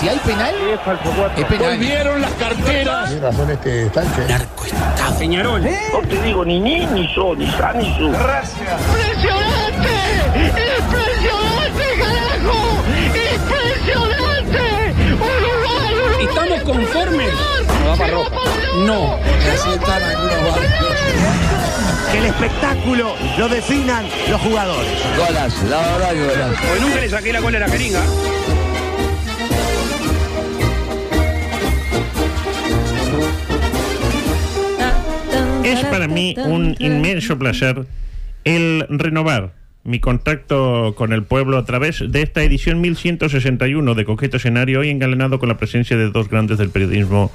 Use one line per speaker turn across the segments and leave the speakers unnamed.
Si hay penal, es penal.
Volvieron las carteras.
este
Narcoestado.
Peñarol.
Eh.
¡Impresionante! ¡Impresionante, carajo! ¡Impresionante! ¡Uruguay, Uruguay!
¿Estamos conformes?
No da para ropa.
No.
Que el espectáculo lo definan los jugadores.
Porque nunca le saqué la cola a la jeringa.
Es para mí un inmenso placer el renovar mi contacto con el pueblo a través de esta edición 1161 de Coqueto Escenario, hoy engalanado con la presencia de dos grandes del periodismo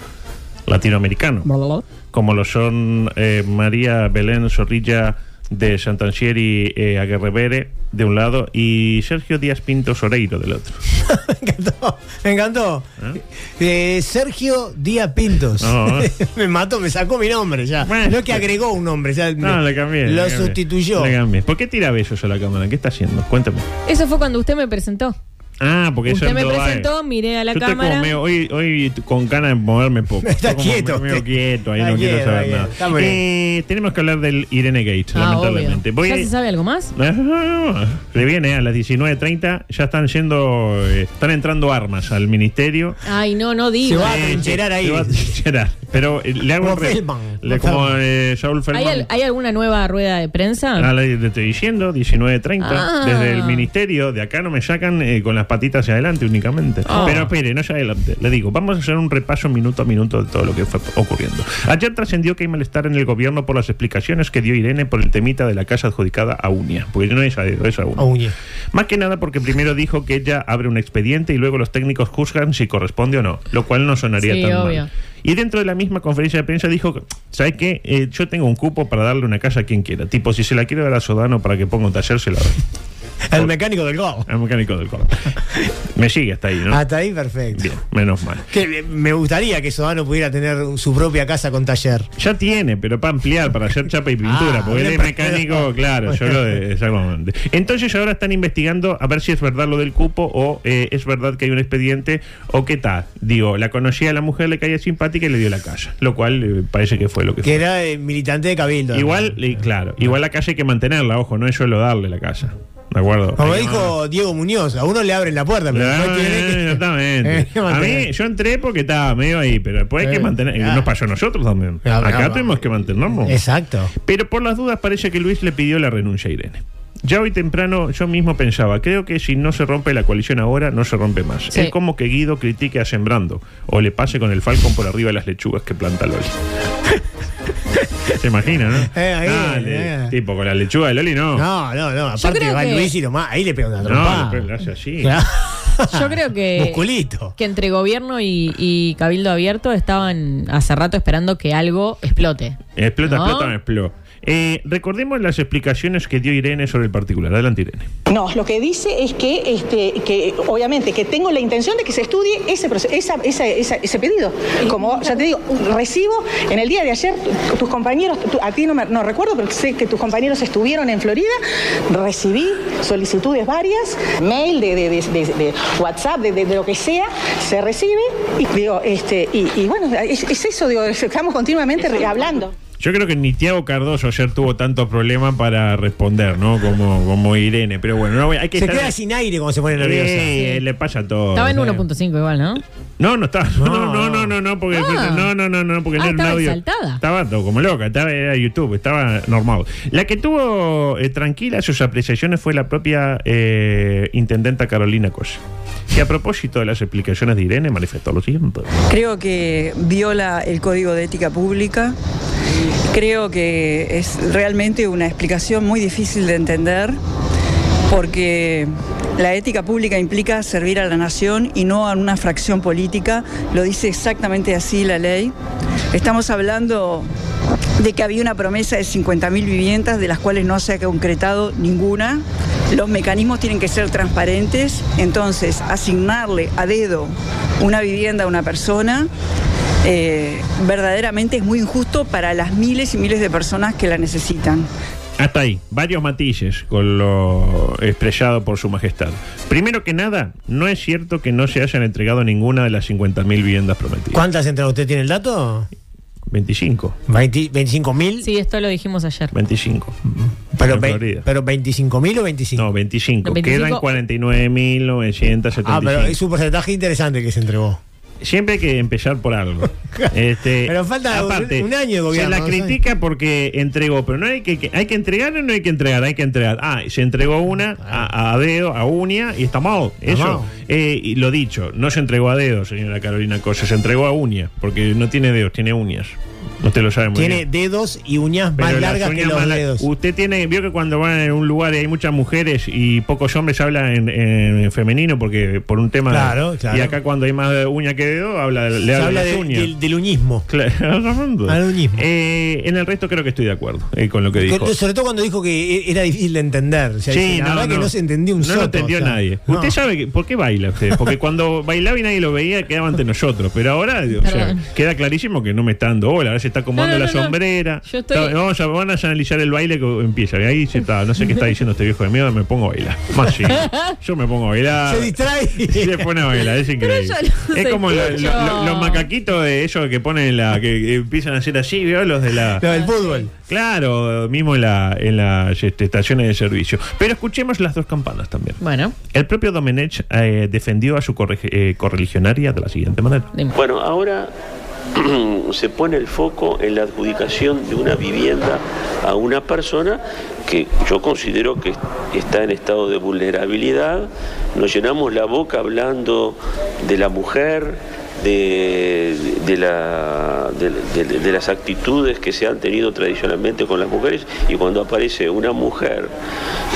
latinoamericano, como lo son eh, María Belén Zorrilla de Santansieri eh, Aguerrevere, de un lado, y Sergio Díaz Pinto Soreiro, del otro.
Me encantó, me encantó. Eh, Sergio Díaz Pintos.
No, eh.
me mató, me sacó mi nombre ya.
Bueno.
No es que agregó un nombre, ya
No,
me-
le cambié. le
Lo
cambié.
sustituyó.
Le cambié. ¿Por qué tira besos a la cámara? ¿Qué está haciendo? Cuéntame.
Eso fue cuando usted me presentó.
Ah, porque
Usted
eso
me
no va,
presentó,
eh.
miré a la
Yo estoy como
cámara.
medio- hoy, hoy t- con ganas de moverme poco.
Está
Estoy como
quieto
medio
usted.
quieto, ahí
Está
no quiero
quieto,
saber
está
nada.
quieto. Está muy
Eh, tenemos que hablar del Irene Gates,
Ah,
lamentablemente.
obvio.
Voy- Ah,
¿Ya se sabe algo más?
Se viene a las 19.30, ya están yendo, eh, están entrando armas al ministerio.
Ay, no, no
Se
digo.
va a trincherar ahí.
Se va a trincherar. Pero eh, le hago
Como
un re-
Feldman.
le-
Como
como eh, Saúl Feldman.
¿Hay, al- hay alguna nueva rueda de prensa?
Ah, la- le estoy diciendo, 19.30.
Ah.
Desde el ministerio, de acá no me sacan eh, con las patitas hacia adelante únicamente.
Ah.
Pero espere, no hacia adelante. Le digo, vamos a hacer un repaso minuto a minuto de todo lo que fue ocurriendo. Ayer trascendió que hay malestar en el gobierno por las explicaciones que dio Irene por el temita de la casa adjudicada a Unia. Porque no es a, es a Unia.
A Uñe.
Más que nada porque primero dijo que ella abre un expediente y luego los técnicos juzgan si corresponde o no, lo cual no sonaría
Sí,
tan
obvio.
mal. Y dentro de la misma conferencia de prensa dijo, que, ¿sabes qué? Eh, yo tengo un cupo para darle una casa a quien quiera. Tipo, si se la quiero dar a Sodano para que ponga un taller, se la doy.
El mecánico del go.
Al mecánico del coro. Me sigue hasta ahí, ¿no?
Hasta ahí perfecto.
Bien, menos mal.
Que eh, me gustaría que Sodano pudiera tener su propia casa con taller.
Ya tiene, pero para ampliar, para hacer chapa y pintura,
Ah,
porque él es
bien
mecánico,
pensado.
claro, yo lo de exactamente. Entonces ahora están investigando a ver si es verdad lo del cupo o eh, es verdad que hay un expediente o qué tal. Digo, la conocía a la mujer, le caía simpática y le dio la casa, lo cual eh, parece que fue lo que
Que
fue.
era eh, militante de Cabildo.
Igual, eh, claro, igual la casa hay que mantenerla, ojo, no es solo darle la casa. ¿De acuerdo?
Como
Hay que
dijo Diego Muñoz, a uno le abren la puerta, pero
Ah,
no tiene que-
Exactamente.
Eh,
a
mantener.
mí, yo entré porque estaba medio ahí, pero después hay que
Eh,
mantener. y
ah.
Nos pasó a nosotros también.
Ah,
Acá
brava.
tuvimos que mantenernos.
Exacto.
Pero por las dudas parece que Luis le pidió la renuncia a Irene. Ya hoy temprano yo mismo pensaba, creo que si no se rompe la coalición ahora, no se rompe más.
Sí.
Es como que Guido critique a Sembrando o le pase con el Falcon por arriba de las lechugas que planta Loli. se imagina, ¿no?
Eh, ahí,
Dale,
eh.
Tipo, con la lechuga de Loli no.
No, no, no. Aparte
creo
va
que-
Luis y nomás. Ahí le pega una
No,
trompada.
le le hace así.
Claro.
Yo creo que-
Musculito.
Que entre gobierno y, y Cabildo Abierto estaban hace rato esperando que algo explote.
Explota,
¿No?
explota, explota. Eh, recordemos las explicaciones que dio Irene sobre el particular. Adelante, Irene.
No, lo que dice es que, este, que obviamente, que tengo la intención de que se estudie ese, proce- esa- esa- esa- ese pedido. Como ya te digo, recibo en el día de ayer tus compañeros, tu- a ti no, me- no recuerdo, pero sé que tus compañeros estuvieron en Florida, recibí solicitudes varias, mail de, de- de- de- de WhatsApp, de, de- de lo que sea, se recibe y digo, este, y, y bueno, es, es eso, digo, estamos continuamente re- hablando.
Yo creo que ni Tiago Cardoso ayer tuvo tantos problemas para responder, ¿no? Como, como Irene. Pero bueno, no voy- hay que
Se
estar-
queda sin aire cuando se pone nerviosa.
Eh, Le pasa todo.
Estaba en
Eh.
1.5 igual, ¿no?
No, no estaba. No, no,
No.
no, no, no, porque
Ah.
fue- no, no, no, no, porque
Ah,
no era un
estaba
audio.
exaltada.
Estaba todo como loca, estaba era YouTube, estaba normal. La que tuvo eh, tranquila sus apreciaciones fue la propia eh, intendenta Carolina Cosa. que a propósito de las explicaciones de Irene manifestó lo siguiente.
Creo que viola el código de ética pública. Creo que es realmente una explicación muy difícil de entender porque la ética pública implica servir a la nación y no a una fracción política. Lo dice exactamente así la ley. Estamos hablando de que había una promesa de 50.000 viviendas de las cuales no se ha concretado ninguna. Los mecanismos tienen que ser transparentes, entonces asignarle a dedo una vivienda a una persona eh, verdaderamente es muy injusto para las miles y miles de personas que la necesitan.
Hasta ahí, varios matices con lo expresado por su majestad. Primero que nada, no es cierto que no se hayan entregado ninguna de las 50.000 viviendas prometidas.
¿Cuántas entra usted tiene el dato?
25.
20 25 mil,
Sí, esto lo dijimos ayer.
25.
pero,
en
ve-
Florida.
pero 25 mil o 25.
No, 25.
25.
Quedan 49.975.
ah, pero es un porcentaje interesante que se entregó.
Siempre hay que empezar por algo. Este,
Pero falta un- un año de gobierno,
Se la
dos años.
critica porque entregó, pero no hay que, que- hay que entregar o no hay que entregar, hay que entregar. Ah, se entregó una a, a dedo, a uña y está mal. Eso.
mal.
Eh, y lo dicho, no se entregó a dedo, señora Carolina Cosa, se entregó a uña, porque no tiene dedos, tiene uñas. Usted lo sabe muy
Tiene
bien.
dedos y uñas más
Pero las
largas que
uñas
los
más la- uh,
dedos.
Usted tiene, vio que cuando van en un lugar y hay muchas mujeres y pocos hombres hablan en, en femenino porque por un tema.
Claro, claro.
Y acá cuando hay más de uña que dedo, habla, le
Se
habla,
habla
de
de-
las uñas.
del, del uñismo.
Claro.
Al uñismo.
Eh, en el resto creo que estoy de acuerdo eh, con lo que dijo.
Que- Sobre todo cuando dijo que e- era difícil de entender. O sea,
Sí,
dice, la verdad que no se entendió un
No
soto,
lo entendió
o sea,
nadie.
no.
Usted sabe que- por qué baila usted. Porque cuando bailaba y nadie lo veía, quedaba ante nosotros. Pero ahora o sea,
Perdón.
queda clarísimo que no me está dando bola. Ahora se está acomodando
No, no,
la
no, no.
sombrera.
Yo estoy-
Está- Vamos a, van a analizar el baile que empieza. Y ahí se está, no sé qué está diciendo este viejo de mierda. Me pongo a bailar. Más sí. Yo me pongo a bailar.
Se distrae.
Se pone a bailar, es increíble.
Pero yo los
Es como lo- lo-
escucho.
lo- los macaquitos de ellos que ponen la. que empiezan a hacer así, ¿vio? Los de la.
Lo del fútbol.
Claro, mismo en, la- en las este, estaciones de servicio. Pero escuchemos las dos campanas también.
Bueno,
El propio Domenech eh, defendió a su corre- eh, correligionaria de la siguiente manera.
dime.
Bueno, ahora se pone el foco en la adjudicación de una vivienda a una persona que yo considero que está en estado de vulnerabilidad. Nos llenamos la boca hablando de la mujer, de, de la- de- de- de las actitudes que se han tenido tradicionalmente con las mujeres y cuando aparece una mujer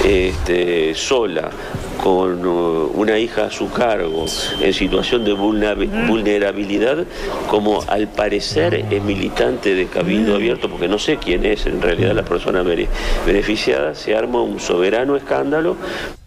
este, sola con uh, una hija a su cargo en situación de vulna- vulnerabilidad, como al parecer es militante de Cabildo Abierto, porque no sé quién es en realidad la persona bene- beneficiada, se arma un soberano escándalo.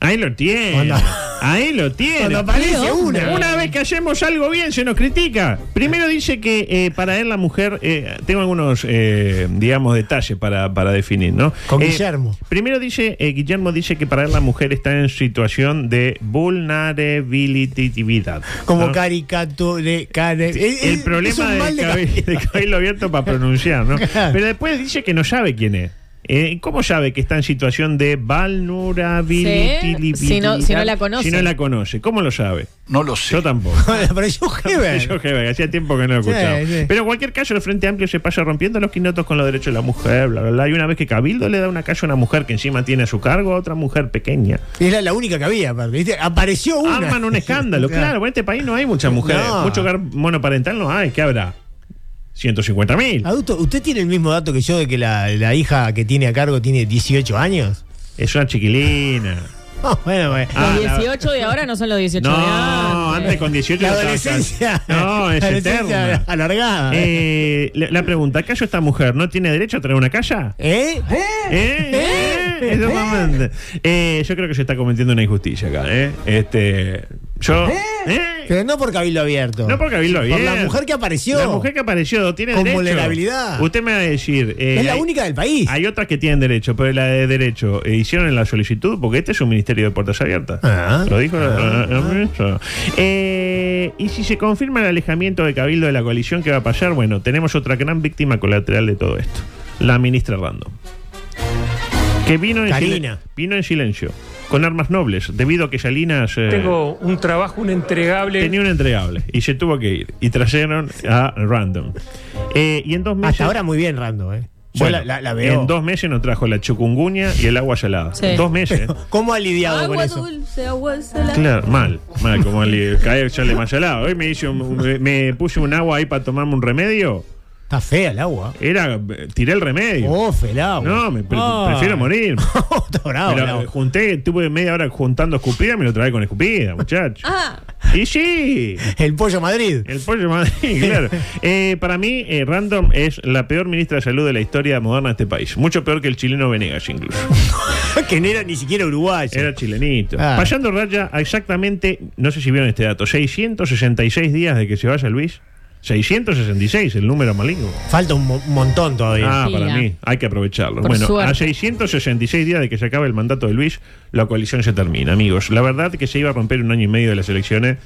Ahí lo tiene.
Cuando-
Ahí lo tiene.
Cuando aparece una.
Una vez que hacemos algo bien se nos critica. Primero dice que eh, para él la mujer, eh, tengo algunos, eh, digamos, detalles para, para definir, ¿no?
Con
Eh,
Guillermo.
Primero dice, eh, Guillermo dice que para él la mujer está en situación de vulnerabilidad.
Como
¿no?
caricato de care- es-
el
es- es un
problema
mal
de,
cabeza.
cabi- de cabello abierto para pronunciar, ¿no?
Claro.
Pero después dice que no sabe quién es. Eh, ¿Cómo sabe que está en situación de vulnerabilidad?
Sí, si no- si no la conoce.
Si no la conoce. ¿Cómo lo sabe?
No lo sé.
Yo tampoco.
Pero yo, Heber.
Yo, Heber, hacía tiempo que no lo
Sí,
escuchaba.
sí.
Pero en cualquier caso, el Frente Amplio se pasa rompiendo los quinotos con los derechos de la mujer, bla, bla, bla. Y una vez que Cabildo le da una calle a una mujer que encima tiene a su cargo a otra mujer pequeña.
Era la única que había, aparte, ¿viste? Apareció una.
Arman un escándalo, claro. En este país no hay muchas mujeres.
No.
Mucho gar- monoparental no hay. ¿Qué habrá? 150 mil.
Adulto, ¿usted tiene el mismo dato que yo de que la, la hija que tiene a cargo tiene 18 años?
Es una chiquilina.
Oh, bueno, bueno.
Ah,
Los
la-
18 de ahora no son los 18 de
No, antes con 18
la
no estaba
adolescencia.
cal- No, es
la adolescencia
eterna.
alargada. ¿Eh?
Eh, la, la pregunta, ¿acaso esta mujer no tiene derecho a tener una casa?
¿Eh?
¿Eh? ¿Eh? Exactamente. Eh, yo creo que se está cometiendo una injusticia acá, ¿eh? Este, yo... ¿Eh?
Pero no por cabildo abierto.
No porque lo bien.
Por la mujer que apareció.
La mujer que apareció tiene
Con
derecho.
vulnerabilidad.
Usted me va a decir... eh,
es la
hay-
única del país.
Hay otras que tienen derecho, pero la de derecho eh, hicieron la solicitud porque este es un ministerio de puertas abiertas.
Ah.
Lo dijo la- la ministra. Eh, y si se confirma el alejamiento de Cabildo de la coalición, ¿qué va a pasar? Bueno, tenemos otra gran víctima colateral de todo esto: la ministra Random. Que vino en,
Karina.
silen- vino en silencio, con armas nobles, debido a que Salinas. eh,
un trabajo, un entregable.
Tenía un entregable y se tuvo que ir. Y trajeron a Random. Eh, y en dos meses.
Hasta ahora muy bien, Rando, ¿eh? Yo la, la- la veo.
En dos meses nos trajo la chucunguña y el agua salada.
Sí.
Dos meses. ¿eh?
¿Cómo ha lidiado
Agua
con eso?
dulce, agua salada.
Claro, mal, mal, como el caer chale más salado. Hoy me, hice un- me, me puse un agua ahí para tomarme un remedio.
Está fea el agua.
Era, eh, tiré el remedio.
Ofe, el agua.
No, me pre-
Ah.
prefiero morir. eh,
Está bravo,
Me lo-
el agua.
junté, tuve media hora juntando escupida, me lo trae con escupida, muchacho.
Ah,
Y sí.
El pollo Madrid.
El pollo Madrid, claro. Eh, para mí, eh, Random es la peor ministra de salud de la historia moderna de este país. Mucho peor que el chileno Venegas, incluso.
que no era ni siquiera uruguayo.
Era chilenito.
Ah.
Pasando raya a exactamente, no sé si vieron este dato, 666 días de que se vaya Luis. 666, el número maligno.
Falta un, mo- un montón
Ah,
todavía. Sí,
para
ya.
mí, hay que aprovecharlo.
Por
bueno,
suerte.
a 666 días de que se acabe el mandato de Luis, la coalición se termina, amigos. La verdad que se iba a romper un año y medio de las elecciones,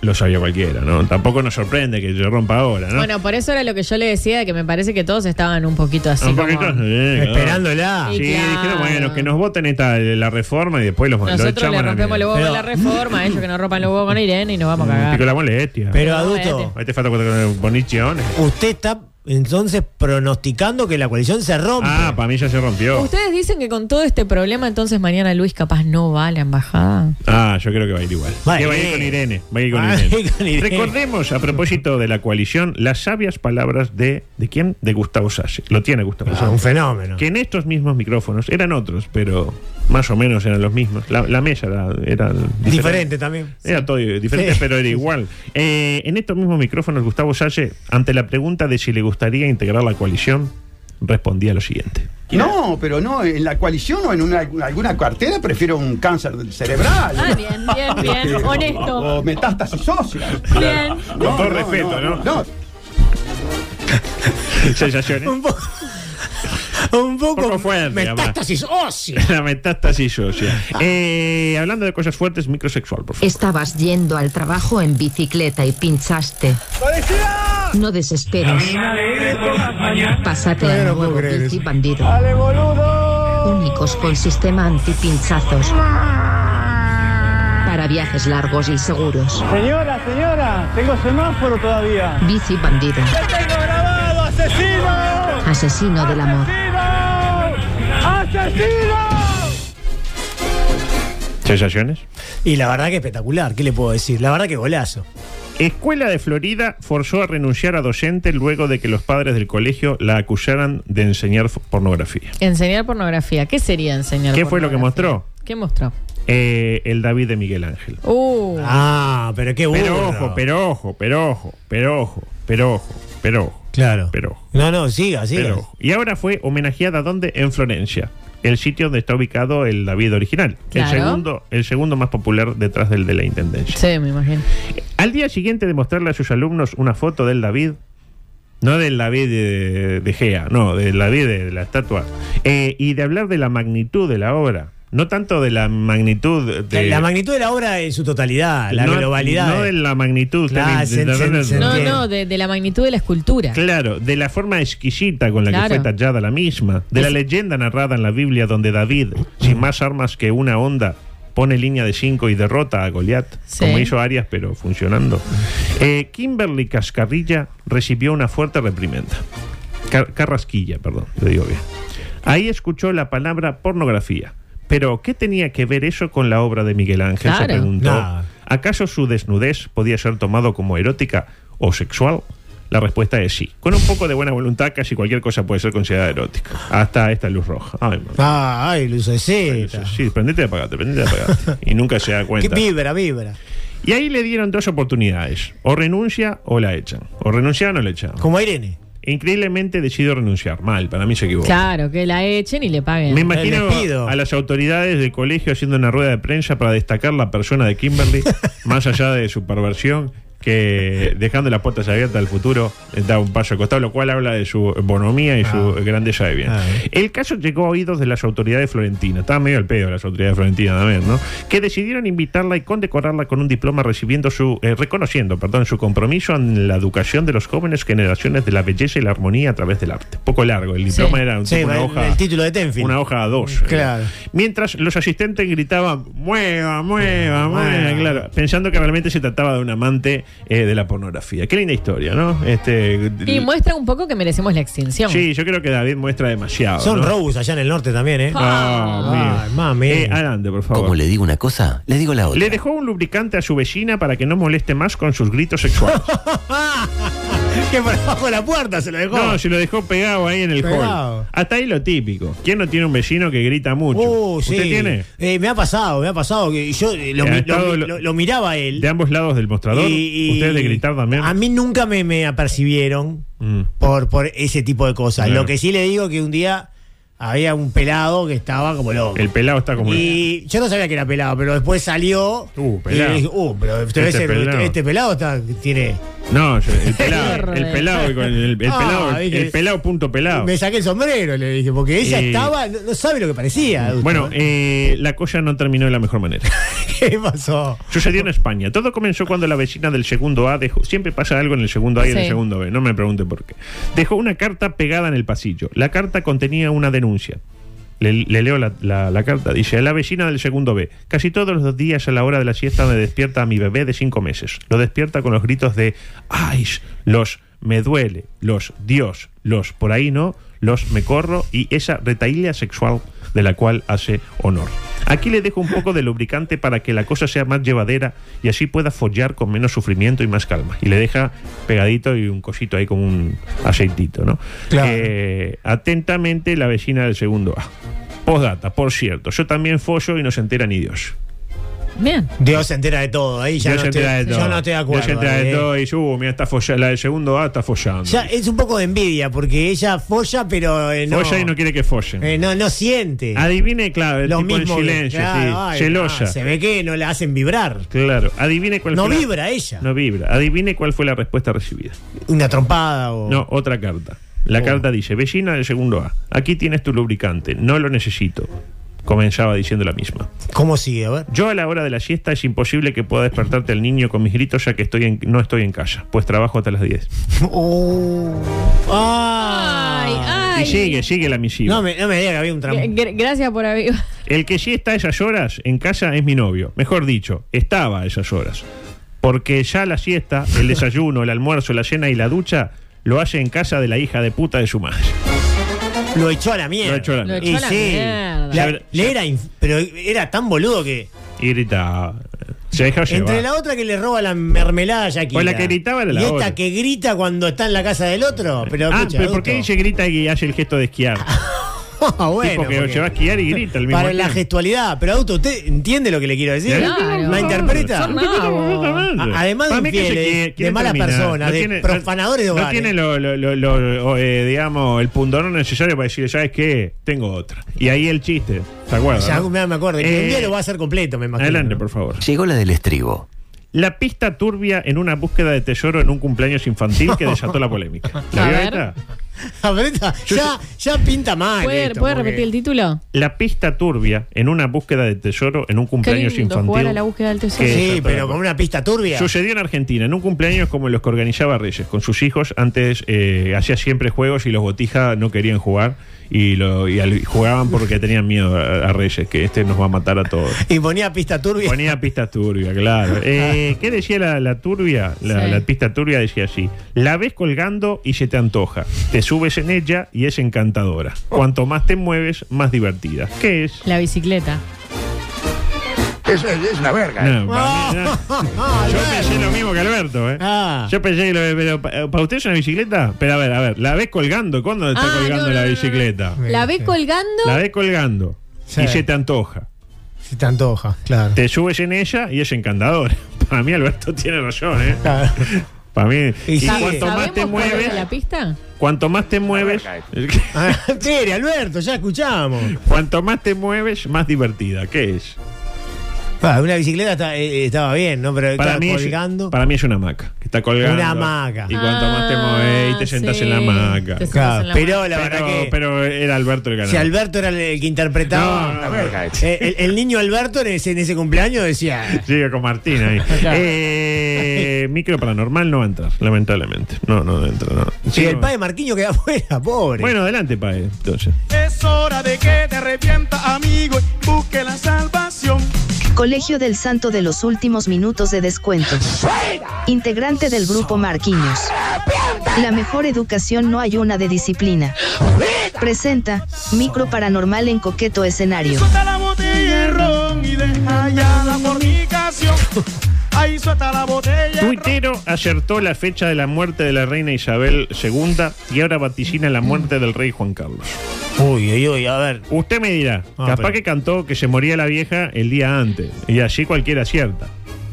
lo sabía cualquiera, ¿no? Tampoco nos sorprende que se rompa ahora, ¿no?
Bueno, por eso era lo que yo le decía, de que me parece que todos estaban un poquito así.
Un
como-
poquito, eh, claro.
Esperándola.
Sí,
Sí, claro.
dijeron, bueno, que nos voten esta, la reforma y después los, lo
Nosotros
echamos
le
a la
rompemos
mierda.
los huevos a la reforma, ellos que nos rompan los huevos con Irene y nos vamos a
Y
cagar.
con Mm, la molestia.
Pero
No,
adulto,
Ahí te falta con boniciones.
este.
usted está entonces pronosticando que la coalición se rompe.
Ah, para mí ya se rompió.
Ustedes dicen que con todo este problema, entonces mañana Luis capaz no va a la embajada.
Ah, yo creo que va a ir igual.
Va a
Que va a ir
ir.
con Irene. Va a ir con,
Va a
Irene.
ir con Irene.
Recordemos, a propósito de la coalición, las sabias palabras de. ¿De quién? De Gustavo Sassi. Lo tiene Gustavo
Ah, un
Sassi.
fenómeno.
Que en estos mismos micrófonos eran otros, pero más o menos eran los mismos. La, la mesa era, era diferente.
Diferente también.
Era todo diferente,
Sí.
pero era igual. Eh, en estos mismos micrófonos, Gustavo Salle, ante la pregunta de si le gustaría integrar la coalición, respondía lo siguiente.
No, pero no, en la coalición o en una- alguna cartera prefiero un cáncer cerebral.
Ah, bien, bien, bien,
Este,
honesto.
O metástasis ósea.
Bien.
Con todo respeto, ¿no?
No,
Sensaciones.
Un poco. Un poco,
Poco fuerte,
metástasis ósea.
La metástasis ósea. Eh, hablando de cosas fuertes, microsexual, por favor.
Estabas yendo al trabajo en bicicleta y pinchaste. No desesperes. Pásate a nuevo bici bandido. Únicos con sistema antipinchazos. Para viajes largos y seguros.
Señora, señora, tengo semáforo todavía.
Bici bandido.
tengo grabado, asesino!
Asesino del amor.
¡Asesino!
Sensaciones.
Y la verdad que espectacular, ¿qué le puedo decir? La verdad que golazo.
Escuela de Florida forzó a renunciar a docente luego de que los padres del colegio la acusaran de enseñar f- pornografía.
Enseñar pornografía. ¿Qué sería enseñar
¿Qué fue lo que
pornografía?
mostró?
¿Qué mostró?
Eh, el David de Miguel Ángel.
Uh,
Ah, pero qué bueno.
Pero ojo, pero ojo, pero ojo, pero ojo, pero ojo, pero ojo.
Claro.
Pero
No, no, siga, siga.
Pero, ojo. y ahora fue homenajeada ¿dónde? En Florencia, el sitio donde está ubicado el David original,
Claro.
el segundo, el segundo más popular detrás del de la Intendencia.
sí, me imagino.
Al día siguiente de mostrarle a sus alumnos una foto del David, no del David de, de Gea, no, del David de, de la estatua, eh, y de hablar de la magnitud de la obra, no tanto de la magnitud de
la magnitud de la obra en su totalidad, la
no-
globalidad.
no de la magnitud.
Claro,
también, de-
se-
de-
se-
de-
se
No, no, de, de la magnitud de la escultura.
Claro, de la forma exquisita con la
Claro.
que fue tallada la misma, de la leyenda narrada en la Biblia donde David, sin más armas que una onda, pone línea de 5 y derrota a Goliat,
Sí.
como hizo Arias, pero funcionando. Eh, Kimberly Cascarrilla recibió una fuerte reprimenda. Car- Carrasquilla, perdón, lo digo bien. Ahí escuchó la palabra pornografía. Pero, ¿qué tenía que ver eso con la obra de Miguel Ángel? Se
Claro.
preguntó.
Nada.
¿Acaso su desnudez podía ser tomado como erótica o sexual? La respuesta es sí. Con un poco de buena voluntad, casi cualquier cosa puede ser considerada erótica. Hasta esta luz roja. Ay, mamá.
Ah, ay, lucecita.
Sí, prendete y apagate, prendete y apagate. Y nunca se da
Qué
cuenta.
vibra, vibra.
Y ahí le dieron dos oportunidades. O renuncia o la echan. O renunciaron o la echaron.
Como a Irene.
Increíblemente decidió renunciar. Mal, para mí se equivocó.
Claro, que la echen y le paguen.
Me imagino
despido.
a las autoridades del colegio haciendo una rueda de prensa para destacar la persona de Kimberly, más allá de su perversión, que dejando las puertas abiertas al futuro eh, da un paso al costado, lo cual habla de su bonomía y su grandeza de bien.
Ah.
El caso llegó a oídos de las autoridades florentinas, estaba medio al pedo las autoridades florentinas también, ¿no? Que decidieron invitarla y condecorarla con un diploma recibiendo su, eh, reconociendo, perdón, su compromiso en la educación de los jóvenes generaciones de la belleza y la armonía a través del arte. Poco largo, el
Sí.
diploma era un
Sí,
tipo, una
el,
hoja
el título de Tenfield.
una hoja a dos. eh.
Claro.
Mientras los asistentes gritaban, mueva, mueva, mueva,
Mueva.
claro, pensando que realmente se trataba de un amante eh, de la pornografía. Qué linda historia, ¿no? Este,
Y muestra un poco que merecemos la extinción.
Sí, yo creo que David muestra demasiado.
Son
Ah, ¿no?
robus allá en el norte también, ¿eh?
Ah,
Ay, mami.
Eh, adelante, por favor.
Como le digo una cosa, le digo la otra.
Le dejó un lubricante a su vecina para que no moleste más con sus gritos sexuales.
que por abajo de la puerta se lo dejó.
No, se lo dejó pegado ahí en el
Pegado.
hall. Hasta ahí lo típico. ¿Quién no tiene un vecino que grita mucho?
Uh, sí.
¿Usted tiene?
Eh, me ha pasado, me ha pasado. que Yo eh, lo,
Eh, ha
mi-
estado
lo,
lo-
lo- lo miraba a él.
De ambos lados del mostrador.
y- Ah, y-
Ustedes de gritar también.
A mí nunca me, me apercibieron
Mm.
por, por ese tipo de cosas.
Claro.
Lo que sí le digo que un día había un pelado que estaba como loco.
El pelado está como.
y yo no sabía que era pelado, pero después salió.
Uh,
Y
pelado.
le dije, uh, pero este,
Este
ese-
pelado.
este pelado está, tiene.
No, yo- el pelado. el pelado. y con El, el
Ah,
pelado. El,
dije-
pelado punto pelado.
Me saqué el sombrero, le dije, porque ella
Y- Mm.
estaba, no, no sabe lo que parecía. adulto.
Bueno, eh, la cosa no terminó de la mejor manera.
¿qué pasó?
Sucedió en España. Todo comenzó cuando la vecina del segundo A dejó. Siempre pasa algo en el segundo A y en el
Sí.
segundo B, no me pregunte por qué. Dejó una carta pegada en el pasillo. La carta contenía una denuncia. Le, le leo la, la- la carta. Dice: La vecina del segundo B. Casi todos los días a la hora de la siesta me despierta a mi bebé de cinco meses. Lo despierta con los gritos de: ¡Ay! Los me duele, los Dios, los por ahí no, los me corro y esa retaíla sexual de la cual hace honor. Aquí le dejo un poco de lubricante para que la cosa sea más llevadera y así pueda follar con menos sufrimiento y más calma. Y le deja pegadito y un cosito ahí como un aceitito, ¿no?
Claro.
Eh, atentamente la vecina del segundo A. Postdata, por cierto, yo también follo y no se entera ni Dios.
Bien.
Dios se entera de todo, ahí ya
Dios
no
se
estoy,
entera de todo.
yo no estoy de
Dios
acuerdo.
se entera de
eh.
todo y dice, "Uh, mira, está follando, la del segundo A está follando.
Ya eh, es un poco de envidia, porque ella folla, pero eh, no,
Folla y no quiere que follen.
eh, no, no siente.
Adivine, claro, Ah, el
Lo
tipo en
mismo que-
silencio,
claro,
sí,
ay,
celosa.
ah, se ve que no la hacen vibrar.
Claro, adivine cuál
No
fue la-
vibra ella.
No vibra. Adivine cuál fue la respuesta recibida.
Una trompada o.
No, otra carta.
Oh.
La carta dice, vecina del segundo A, aquí tienes tu lubricante, no lo necesito. Comenzaba diciendo la misma.
¿Cómo sigue? A ver.
Yo a la hora de la siesta es imposible que pueda despertarte el niño con mis gritos ya que estoy en- no estoy en casa, pues trabajo hasta las 10.
Oh. Ah.
Ay, ay.
Y sigue, sigue la misiva.
No me, no me diga que había un
Gra-
trampa.
gra- Ah, Gracias por haber.
El que sí está a esas horas en casa es mi novio. Mejor dicho, estaba a esas horas. Porque ya la siesta, el desayuno, el almuerzo, la cena y la ducha lo hace en casa de la hija de puta de su madre.
Lo echó a la mierda.
Lo echó a la
Lo
mierda.
echó a la
sí.
mierda.
La- le era inf- pero era tan boludo que.
Y grita. Se dejó llevar.
Entre la otra que le roba la mermelada a Shakira.
Pues la que gritaba era la
Y esta
otra.
que grita cuando está en la casa del otro. Pero,
ah,
escucha,
pero ¿por qué
adulto.
dice grita y hace el gesto de esquiar?
Ah, bueno,
tipo que
porque-
se va a esquiar y grita al mismo
Para la
tiempo.
gestualidad. Pero, auto, ¿usted entiende lo que le quiero decir?
Claro.
¿La interpreta?
Son magos.
A- además de
Para mí que se
infieles,
quiere-
de
quiere
malas
terminar.
personas, de profanadores de
No
hogares.
tiene, lo, lo- lo- lo- o, eh, digamos, el pundonón necesario para decir, ¿sabes qué? Tengo otra. Y ahí el chiste, ¿se acuerdan?
Ya
no?
me, me acuerdo. que un día
Eh,
lo va a hacer completo, me imagino.
Ah. Adelante,
¿no?
por favor.
Llegó la del estribo.
La pista turbia en una búsqueda de tesoro en un cumpleaños infantil que desató la polémica. ¿La
A
vio
ver.
esta?
Aprieta, ya, ya pinta mal.
¿Puede,
esto,
puede
porque-
repetir el título?
La pista turbia en una búsqueda de tesoro en un
Qué
cumpleaños
lindo jugar a
infantil.
la búsqueda del tesoro.
que
Sí,
desató la
pero con una pista turbia.
Sucedió en Argentina, en un cumpleaños como los que organizaba Reyes con sus hijos. Antes eh, hacía siempre juegos y los botija no querían jugar y, lo, y al- jugaban porque tenían miedo a, a Reyes, que este nos va a matar a todos.
Y ponía pista turbia.
Ponía pista turbia, claro. Eh, ¿Qué decía la, la turbia? La,
Sí.
la pista turbia decía así: La ves colgando y se te antoja. Te subes en ella y es encantadora. Cuanto más te mueves, más divertida. ¿Qué es?
La bicicleta.
Es, es una verga.
No, para mí, no.
Ah,
Yo
bueno.
pensé lo mismo que Alberto, ¿eh?
Ah.
Yo pensé que lo, pero, pa- ¿Para usted es una bicicleta? Pero a ver, a ver, ¿la ves colgando? ¿Cuándo está
Ah,
colgando
no, no,
la
no, no.
bicicleta?
La ves colgando.
La ves colgando
Sí.
y se te antoja.
Si te antoja, claro.
Te subes en ella y es encantador. Para mí Alberto tiene razón, ¿eh?
Claro.
Para mí.
Y
Y,
sí.
cuanto
¿Sabemos
más te
cuál es
mueves,
la pista?
cuanto más te mueves,
Ah, Tere, Alberto, ya escuchamos.
cuanto más te mueves, más divertida. ¿Qué es?
Ah, una bicicleta está- eh, eh, estaba bien, ¿no? Pero
Para
estaba
mí,
colgando.
es, para mí es una hamaca. que Está colgando.
Una hamaca.
Y cuanto más te
Ah,
mueves y te sentas en la
sí.
hamaca.
Te sentas
Claro,
en la
pero
hamaca.
la verdad
pero,
que
pero era Alberto el ganador.
si Alberto era el- el que interpretaba.
No, no, no.
Eh, el, el niño Alberto en ese, en ese cumpleaños decía.
Sigue con Martín ahí. Eh, micro paranormal no va a entrar, lamentablemente. No, no entra, no.
Y
Sigo-
el padre Marquiño queda afuera, pobre.
Bueno, adelante, Pae, entonces.
Es hora de que te arrepienta, amigo, y busque la salvación.
Colegio del Santo de los últimos minutos de descuento. Integrante del grupo Marquiños. La mejor educación no hay una de disciplina. Presenta, micro paranormal en coqueto escenario.
Suelta la botella de ron y deja ya la fornicación. Ahí suelta la botella.
Tuitero acertó la fecha de la muerte de la reina Isabel II y ahora vaticina la muerte del rey Juan Carlos.
Uy, uy, uy, a ver.
Usted me dirá,
Ah,
capaz
pero-
que cantó que se moría la vieja el día antes, y así cualquiera acierta.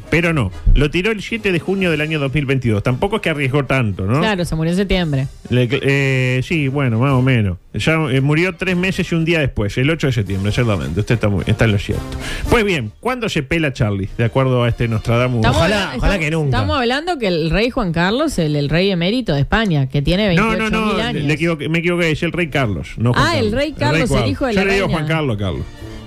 Pero no, lo tiró el 7 de junio del año 2022. Tampoco es que arriesgó tanto, ¿no?
Claro, se murió en septiembre.
Le- eh, sí, bueno, más o menos. Ya eh, murió tres meses y un día después, el 8 de septiembre, exactamente. Usted está, muy, está en lo cierto. Pues bien, ¿cuándo se pela Charlie? De acuerdo a este Nostradamus.
Estamos hablando- estamos- Estamos hablando que el rey Juan Carlos, el, el rey emérito de España, que tiene 28
No, no, no,
años.
le equivoqué- me equivoqué, es el rey Carlos. no Juan
Ah, el rey Carlos, el hijo de
Yo
la
le digo
reina.
Juan Carlos, Carlos.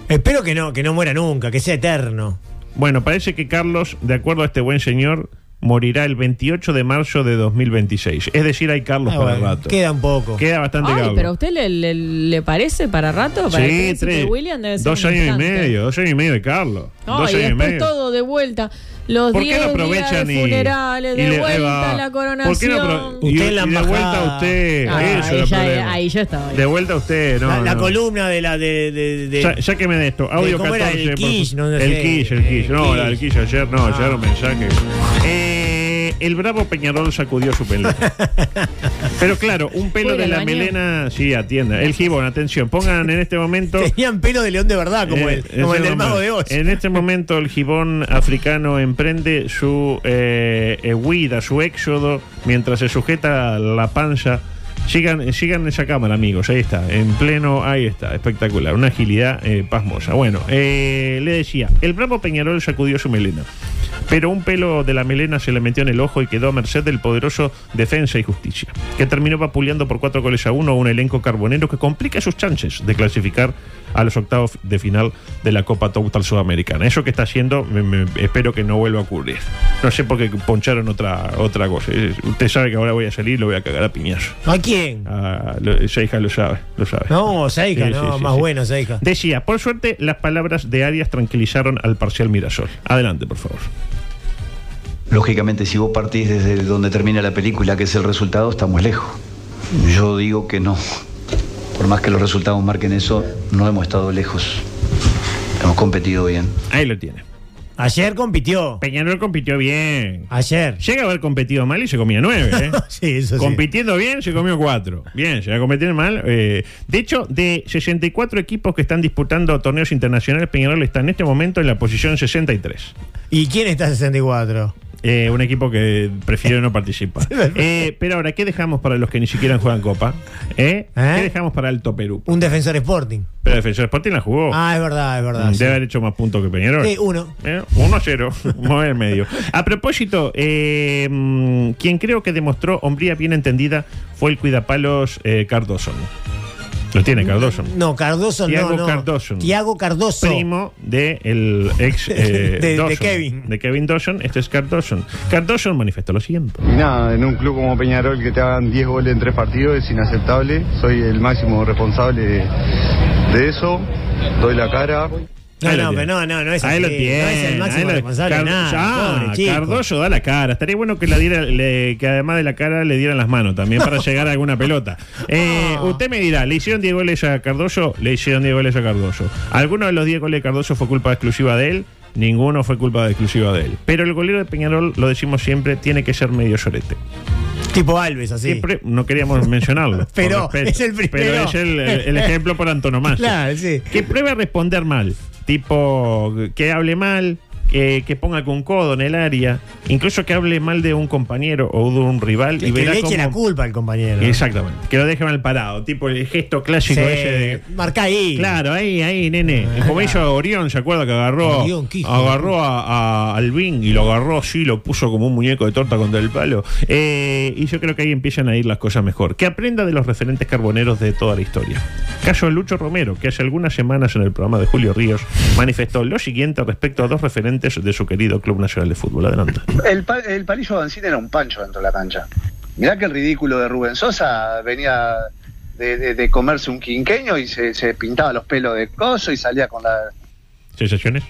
Espero que no, que no muera nunca, que sea eterno.
Bueno, parece que Carlos, de acuerdo a este buen señor, morirá el 28 de marzo de 2026. Es decir, hay Carlos
Ah,
para
bueno,
rato.
Queda un poco.
Queda bastante
Ay,
Carlos.
pero a usted le, le- le parece para rato, para el
sí,
príncipe
tres,
William debe ser
dos
un
años y
instante.
medio, dos años y medio de Carlos.
No,
dos
y
años y
después
medio.
todo de vuelta. Los
¿Por qué
10
no
días
aprovechan
de
y-
funerales,
y
de
le-
vuelta
Eva,
la
¿por qué no
coronación.
apro- y- y de vuelta a usted,
Ah,
eso
ahí,
era el
ya-
problema.
ahí yo estaba.
De vuelta a usted, no.
la, la
no.
columna de la de, de, de-
Ya, ya que me de esto, audio
¿Cómo era?
14.
El
por favor.
Kish, no sé. Ah.
el Kish, el Kish. No, la del Kish ayer, no, ayer un mensaje. Eh, el bravo Peñarol sacudió su pelota. Pero claro, un pelo
Uy,
de
¿al
la
baño?
melena, sí, atienda. El gibón, atención, pongan en este momento.
tenían pelo de león de verdad, como
Eh,
el, como
ese
el del
nomás.
mago de Oz.
En este momento el gibón africano emprende su eh, eh, huida, su éxodo, mientras se sujeta la panza. Sigan, eh, sigan esa cámara, amigos. Ahí está, en pleno, ahí está, espectacular. Una agilidad eh, pasmosa. Bueno, eh, le decía, el bravo Peñarol sacudió su melena, pero un pelo de la melena se le metió en el ojo y quedó a merced del poderoso Defensa y Justicia, que terminó vapuleando por cuatro goles a uno a un elenco carbonero que complica sus chances de clasificar a los octavos de final de la Copa Total Sudamericana. Eso que está haciendo, me- me- espero que no vuelva a ocurrir. No sé por qué poncharon otra, otra cosa. Eh, Usted sabe que ahora voy a salir y lo voy a cagar a piñazo.
¿A quién?
Ah, lo- esa hija lo sabe, lo sabe.
No, Seika,
Sí,
no,
sí, sí,
más
sí.
bueno, Seika.
Decía, por suerte, las palabras de Arias tranquilizaron al parcial Mirasol. Adelante, por favor.
Lógicamente, si vos partís desde donde termina la película, que es el resultado, estamos lejos. Yo digo que no. Por más que los resultados marquen eso, no hemos estado lejos. Hemos competido bien.
Ahí lo tiene.
Ayer compitió.
Peñarol compitió bien.
Ayer.
Llega a haber competido mal y se comía nueve. ¿eh?
sí, eso sí.
Compitiendo bien, se comió cuatro. Bien, se va a competir mal. eh, de hecho, de 64 equipos que están disputando torneos internacionales, Peñarol está en este momento en la posición 63.
¿Y quién está en 64?
Eh, un equipo que prefiero no participar. Eh, pero ahora, ¿qué dejamos para los que ni siquiera juegan Copa? ¿Eh? ¿Qué dejamos para Alto Perú?
Un defensor Sporting.
Pero Defensor Sporting la jugó.
Ah, es verdad, es verdad.
Oh. Debe
sí.
haber hecho más puntos que Peñarol.
Sí, uno.
¿Eh? 1-0, mover el medio. A propósito, eh, mm, quien creo que demostró hombría bien entendida fue el cuidapalos eh, Cardoso. Lo tiene Cardoso.
No, Cardoso
Tiago
no, no.
Cardoso.
Tiago Cardoso.
Primo de el ex eh,
De- de
Dawson.
Kevin.
De Kevin Dawson. Este es Cardoso. Cardoso manifestó lo siguiente.
Y nada, en un club como Peñarol que te hagan 10 goles en tres partidos es inaceptable. Soy el máximo responsable de, de eso. Doy la cara.
No, no, pero no, no, no es
Ahí
así.
lo tiene.
No es el
ahí
máximo
lo-
responsable de
Car-
nada.
Ah,
Pobre chico.
Cardoso da la cara. Estaría bueno que, la diera, le- que además de la cara le dieran las manos también para llegar a alguna pelota. Eh,
Ah.
Usted me dirá, ¿le hicieron 10 goles a Cardoso? Le hicieron 10 goles a Cardoso. ¿Alguno de los 10 goles de Cardoso fue culpa exclusiva de él? Ninguno fue culpa exclusiva de él. Pero el golero de Peñarol, lo decimos siempre, tiene que ser medio sorete.
Tipo Alves, así.
Siempre no queríamos mencionarlo. por
Pero
respeto,
es el primero.
Pero es el, el- el ejemplo por antonomasia.
Claro, sí.
Que pruebe a responder mal. Tipo, que hable mal, que, que ponga con codo en el área, incluso que hable mal de un compañero o de un rival y
que
verá
le eche
cómo-
la culpa al compañero.
Exactamente, que lo deje mal parado, tipo el gesto clásico
Sí,
ese de.
Marca ahí.
Claro, ahí, ahí, nene. Como hizo Orión, ¿se acuerda que agarró
Orión, ¿qué hijo de
agarró a, a Alvin y lo agarró así, lo puso como un muñeco de torta contra el palo? Eh, y yo creo que ahí empiezan a ir las cosas mejor. Que aprenda de los referentes carboneros de toda la historia. Caso de Lucho Romero, que hace algunas semanas en el programa de Julio Ríos manifestó lo siguiente respecto a dos referentes de su querido Club Nacional de Fútbol. Adelante.
El, pa- el palillo Avancini era un pancho dentro de la cancha. Mirá que el ridículo de Rubén Sosa venía de, de- de comerse un quinqueño y se, se pintaba los pelos de coso y salía con la.
¿Sensaciones?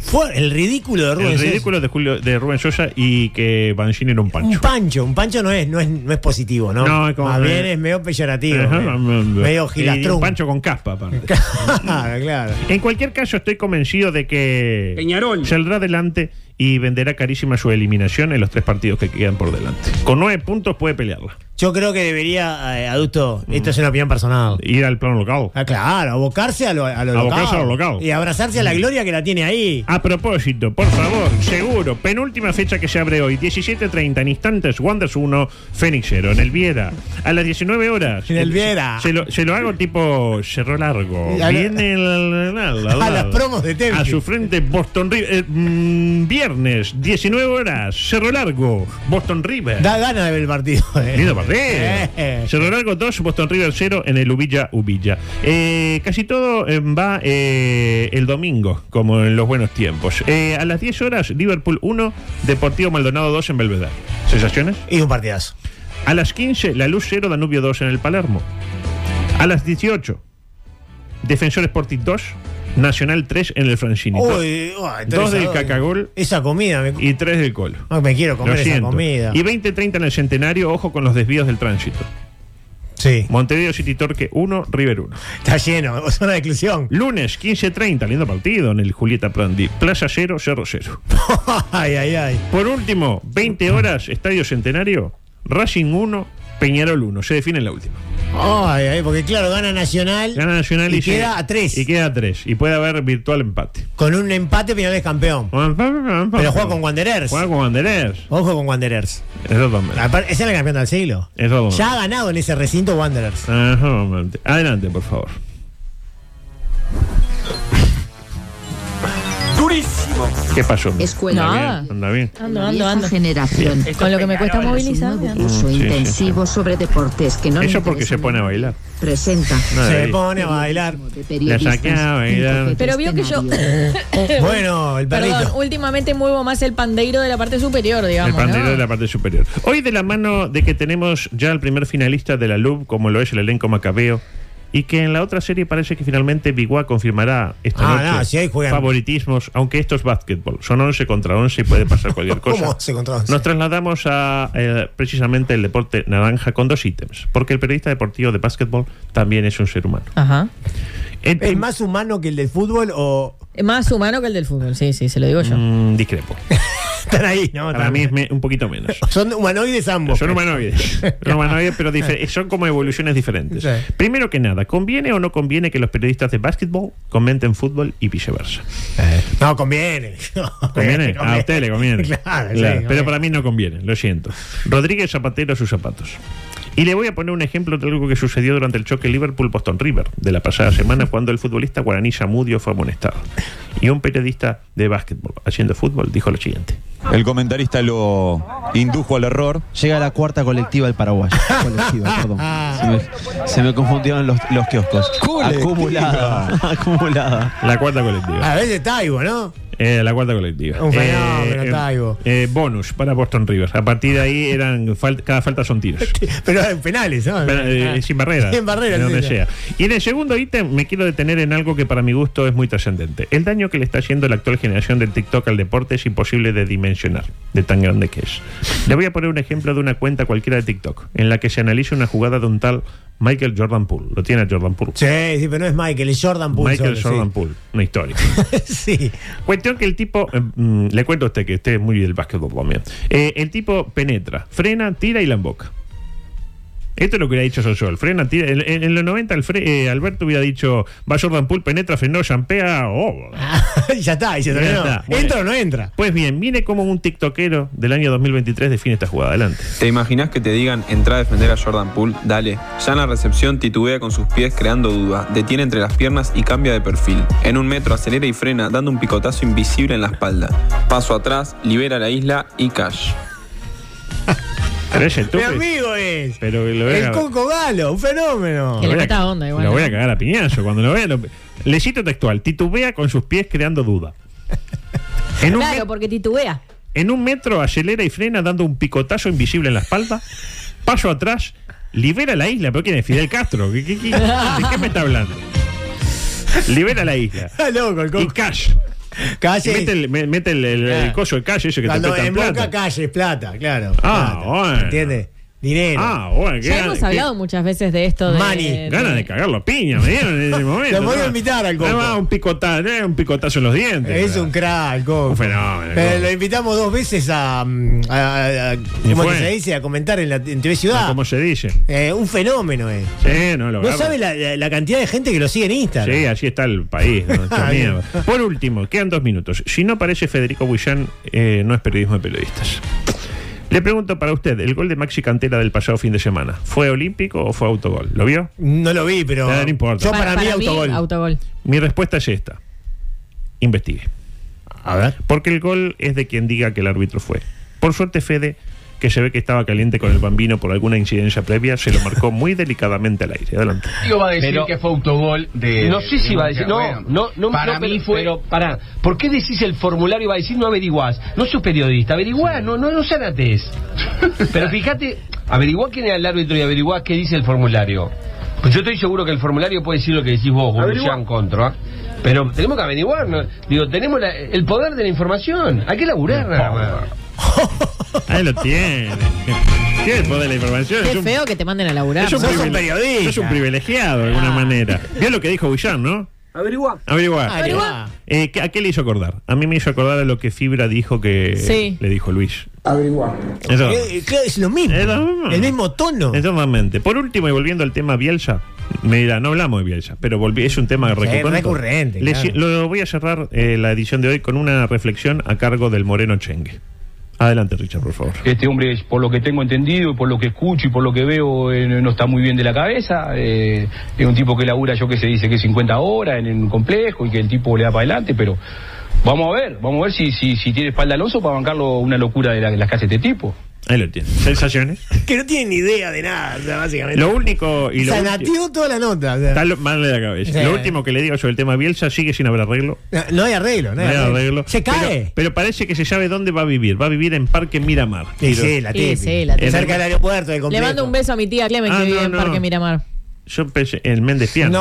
Fue el ridículo de Rubén
El
Sosa.
ridículo de, Julio, de Rubén Sosa y que Banchini era un
Un
pancho.
pancho, un pancho no es, no es, no es positivo, ¿no?
No, es como-
Más bien es medio peyorativo.
Ajá,
medio-
mm,
medio
y un
gilatrón.
pancho con caspa, aparte.
claro.
En cualquier caso, estoy convencido de que Peñarol saldrá adelante y venderá carísima su eliminación en los tres partidos que quedan por delante. Con nueve puntos puede pelearla.
Yo creo que debería, eh, adulto, esto es una opinión personal.
Ir al plano local.
Ah, claro, abocarse a lo, a lo
Abocarse
local.
a lo local. Mm.
Y abrazarse a la gloria que la tiene ahí.
A propósito, por favor, seguro, penúltima fecha que se abre hoy, 17.30 en instantes, Wanders 1, Fénix 0, en el Viera. A las 19 horas.
En el Viera.
Se lo, se lo hago tipo cerro largo.
Y a la-
Viene el- al- al-
A las promos de Temple.
A su frente, Boston River. eh, mm, viernes, 19 horas, cerro largo, Boston River.
Da ganas de ver el partido. eh.
Lindo partido.
Eh.
Cerro Largo 2, Boston River 0 en el Ubilla Ubilla. Eh, casi todo eh, va eh, el domingo, como en los buenos tiempos. Eh, a las 10 horas, Liverpool 1, Deportivo Maldonado 2 en Belvedere. ¿Sensaciones?
Y un partidazo.
A las 15, La Luz 0, Danubio 2 en el Palermo. A las 18, Defensor Sporting 2, Nacional 3 en el Francini.
Uy, uah, entonces,
dos del
ah,
Cacagol
Esa comida, me,
y 3 del Colo.
ah, me quiero
Lo
comer esa
siento.
comida.
Y 20-30 en el centenario, ojo con los desvíos del tránsito.
Sí.
Montevideo City Torque 1, River 1.
Está lleno, zona de exclusión.
Lunes 15-30, lindo partido en el Julieta Prandi. Plaza 0, Cerro 0.
ay, ay, ay.
Por último, 20 horas, Estadio Centenario, Racing 1, Peñarol 1. Se define en la última.
Ay, ay, porque claro, gana Nacional.
Gana Nacional y,
Y queda
se-
a 3.
Y queda a 3. Y puede haber virtual empate.
Con un empate, Peñarol es campeón. Pero
Pero
juega con Wanderers.
Juega con Wanderers.
Ojo con Wanderers.
Exactamente.
Aparte, Ese es el campeón del siglo.
Exactamente.
Ya ha ganado en ese recinto Wanderers.
Exactamente. Adelante, por favor.
Durísimo.
¿Qué pasó?
Escuela.
Anda
Nada.
bien. Anda bien.
Ando, ando, ando.
generación.
Bien. Con lo que me cuesta movilizar.
Un curso
Sí, sí,
intensivo sobre deportes que no le
Eso porque se
interesan.
pone a bailar.
presenta.
No
Se
debería.
pone a bailar.
de
La
periodistas.
saqué a bailar.
Pero vio que yo.
Bueno, el
Perdón,
perrito.
últimamente muevo más el pandeiro de la parte superior, digamos.
el pandero
¿no?
de la parte superior. Hoy de la mano de que tenemos ya el primer finalista de la LUB, como lo es el elenco macabeo, y que en la otra serie parece que finalmente Biguá confirmará esta
Ah,
noche
no, si hoy juegan.
favoritismos, aunque esto es básquetbol. Son 11 contra 11 y puede pasar cualquier cosa.
¿Cómo se encontró?
Nos trasladamos a eh, precisamente el deporte naranja con dos ítems, porque el periodista deportivo de básquetbol también es un ser humano.
Ajá.
El
¿Es
prim-
más humano que el del fútbol o
Más humano que el del fútbol, sí, sí, se lo digo yo.
Mm, discrepo.
están ahí? No,
Para
están-
mí es me- un poquito menos.
Son humanoides ambos.
Son humanoides. Son humanoides, pero dife- son como evoluciones diferentes.
Eh. Sí.
Primero que nada, ¿conviene o no conviene que los periodistas de básquetbol comenten fútbol y viceversa?
No, conviene.
¿Conviene? Ah, A usted le conviene.
Claro, sí,
Claro,
conviene.
Pero para mí no conviene, lo siento. Rodríguez Zapatero, sus zapatos. Y le voy a poner un ejemplo de algo que sucedió durante el choque Liverpool-Boston River de la pasada semana cuando el futbolista guaraní Zamudio fue amonestado. Y un periodista de básquetbol haciendo fútbol dijo lo siguiente.
El comentarista lo indujo al error. Llega la cuarta colectiva del Paraguay. Colectiva, perdón. Se me, se me confundieron los, los kioscos.
Colectiva.
Acumulada. Acumulada.
La cuarta colectiva.
A veces Taibo, ¿no?
Eh, la cuarta colectiva.
Un fenómeno, Taibo.
eh, bonus para Boston River. A partir de ahí eran fal- cada falta son tiros.
Pero en penales, ¿no?
Pero, eh,
Ah.
sin barrera.
Sin barrera,
de donde
sí,
sea. Y en el segundo ítem me quiero detener en algo que para mi gusto es muy trascendente. El daño que le está haciendo la actual generación del TikTok al deporte es imposible de dimensionar, de tan grande que es. Le voy a poner un ejemplo de una cuenta cualquiera de TikTok, en la que se analiza una jugada de un tal Michael Jordan Poole. Lo tiene Jordan Poole.
Sí, sí, pero no es Michael, es Jordan Poole.
Michael
solo,
Jordan Poole, una historia.
sí. sí.
Cuestión que el tipo, eh, mm, le cuento a usted que esté muy del básquetbol también. Eh, el tipo penetra, frena, tira y la emboca. Esto es lo que hubiera dicho Sonsol. Frena, tira. En, en- en los 90 el fre- eh, Alberto hubiera dicho, va Jordan Poole, penetra, frenó, champea. Oh.
Ah, ya está, y se
Ya
terminó.
está.
¿Entra o no entra?
Pues bien, mire cómo un tiktokero del año 2023 define esta jugada. Adelante.
¿Te imaginas que te digan entra a defender a Jordan Poole? Dale. Ya en la recepción titubea con sus pies creando duda, detiene entre las piernas y cambia de perfil. En un metro acelera y frena dando un picotazo invisible en la espalda. Paso atrás, libera la isla y cash.
Pero es el
Mi
tupe.
amigo es.
Pero lo voy
El
a,
Coco Galo, un fenómeno.
Que
Lo voy
le
a-
meta onda igual.
lo
¿no?
voy a cagar a piñazo cuando lo vea. lo- Le cito textual. Titubea con sus pies creando duda. En un
Claro, porque titubea.
En un metro acelera y frena dando un picotazo invisible en la espalda. Paso atrás, libera la isla. ¿Pero quién es? Fidel Castro. ¿Qué- qué- qué- ¿De qué me está hablando? Libera la isla.
Está loco el
Y
Coco.
cash.
Calle.
Mete el, me- mete el, el- el coso de calle ese que
Cuando
te prestan
en
plata.
Boca calle, plata, claro.
Ah,
plata,
bueno.
¿Entiendes? Dinero.
Ah, bueno, qué
Ya hemos
gana-
hablado muchas veces de esto de.
Money.
de-
Ganas de cagarlo a piña, me dieron en ese momento.
Lo voy a
¿no?
invitar al Coco.
Ah, va, un picotazo, eh, un picotazo en los dientes.
Es un crack, el Coco.
Un fenómeno, el
Pero
Coco.
lo invitamos dos veces a. mm, a- a- a- ¿Cómo
fue?
se dice? A comentar en, la, en TV Ciudad.
Como se dice.
Eh, un fenómeno, eh.
Sí, no lo
No
agarro.
sabe la, la- la cantidad de gente que lo sigue en Instagram.
Sí, así está el país. ¿no? Esta
Ay,
mierda. Por último, quedan dos minutos. Si no aparece Federico Bullán, eh, no es periodismo de periodistas. Le pregunto para usted, el gol de Maxi Cantera del pasado fin de semana, ¿fue olímpico o fue autogol? ¿Lo vio?
No lo vi, pero.
Nada, no importa.
Yo para, mí, autogol.
autogol.
Mi respuesta es esta. Investigue. A ver. Porque el gol es de quien diga que el árbitro fue. Por suerte, Fede, que se ve que estaba caliente con el bambino por alguna incidencia previa, se lo marcó muy delicadamente al aire. Adelante.
va a decir que fue autogol de. No sé si
de
va a decir. No,
Monterrey.
no, no.
Para
no,
mí
pero-
fue-
Pero, pará. ¿Por qué decís el formulario y va a decir no averiguás? No sos periodista. Averiguá, no, no, no sean atés. Pero fíjate, averiguá quién era el árbitro y averiguá qué dice el formulario. Pues yo estoy seguro que el formulario puede decir lo que decís vos,
Averiguá.
Gurushan Contra. ¿ah? Pero tenemos que averiguar, ¿no? digo, tenemos la- el poder de la información, hay que laburar nada más.
Ahí lo tiene. ¿Qué poder de la información? Es
Qué
un-
feo que te manden a laburar.
Es un, Ah. privile- es un privilegiado de alguna manera. Vio lo que dijo Bullán, ¿no?
Averiguá.
Averiguar.
Averiguá.
¿A qué le hizo acordar? A mí me hizo acordar a lo que Fibra dijo que
Sí.
le dijo Luis.
Averiguar.
Eso.
Eh, es lo mismo. El mismo tono.
Exactamente. Por último, y volviendo al tema Bielsa, me dirá, no hablamos de Bielsa, pero volví, es un tema recurrente.
recurrente,
Le-
claro.
Lo voy a cerrar eh, la edición de hoy con una reflexión a cargo del Moreno Chengue. Adelante, Richard, por favor.
Este hombre, por lo que tengo entendido y por lo que escucho y por lo que veo, eh, no está muy bien de la cabeza. eh, es un tipo que labura, yo que se dice, que 50 horas en un complejo y que el tipo le da para adelante, pero vamos a ver, vamos a ver si, si, si tiene espalda Alonso para bancarlo una locura de la, las que hace este tipo.
Ahí lo tiene. Sensaciones.
Que no tiene ni idea de nada, o sea, básicamente.
Lo único y lo
Sanatió toda la nota. o sea.
Está lo- mal de la cabeza.
Sí.
Lo último que le digo sobre el tema Bielsa sigue sin haber arreglo.
No, no hay arreglo, no hay arreglo. Se
Pero-
cae.
Pero, parece que se sabe dónde va a vivir. Va a vivir en Parque Miramar.
Sí, sí, la
Sí,
típica.
sí, la típica.
Cerca del aeropuerto, del
Le
complejo.
mando un beso a mi tía Clemen
Ah,
que vive
no,
en
no.
Parque Miramar.
Yo pensé en Méndez Piano.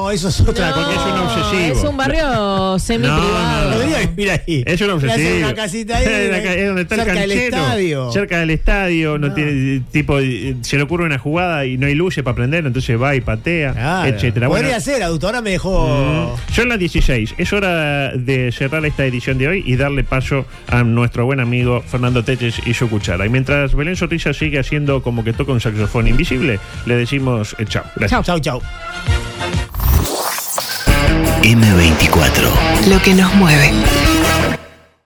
No, eso es otra
Porque es un obsesivo.
Es un barrio semi
No, no, no.
privado.
Es un
Le hacen
obsesivo.
una casita ahí,
Es la ca- es donde está el
cerca del
canchero.
estadio.
Cerca del estadio. No. tiene eh, tipo eh, se le ocurre una jugada y no hay luces para prender, entonces va y patea,
Claro.
etcétera. Bueno,
Podría ser, adulto. Ahora me dejó.
Mm. Son las 16. Es hora de cerrar esta edición de hoy y darle paso a nuestro buen amigo Fernando Teches y su cuchara. Y mientras Belén Sorrisa sigue haciendo como que toca un saxofón invisible, le decimos eh, chao. Gracias.
Chao, chao.
M24.
Lo que nos mueve.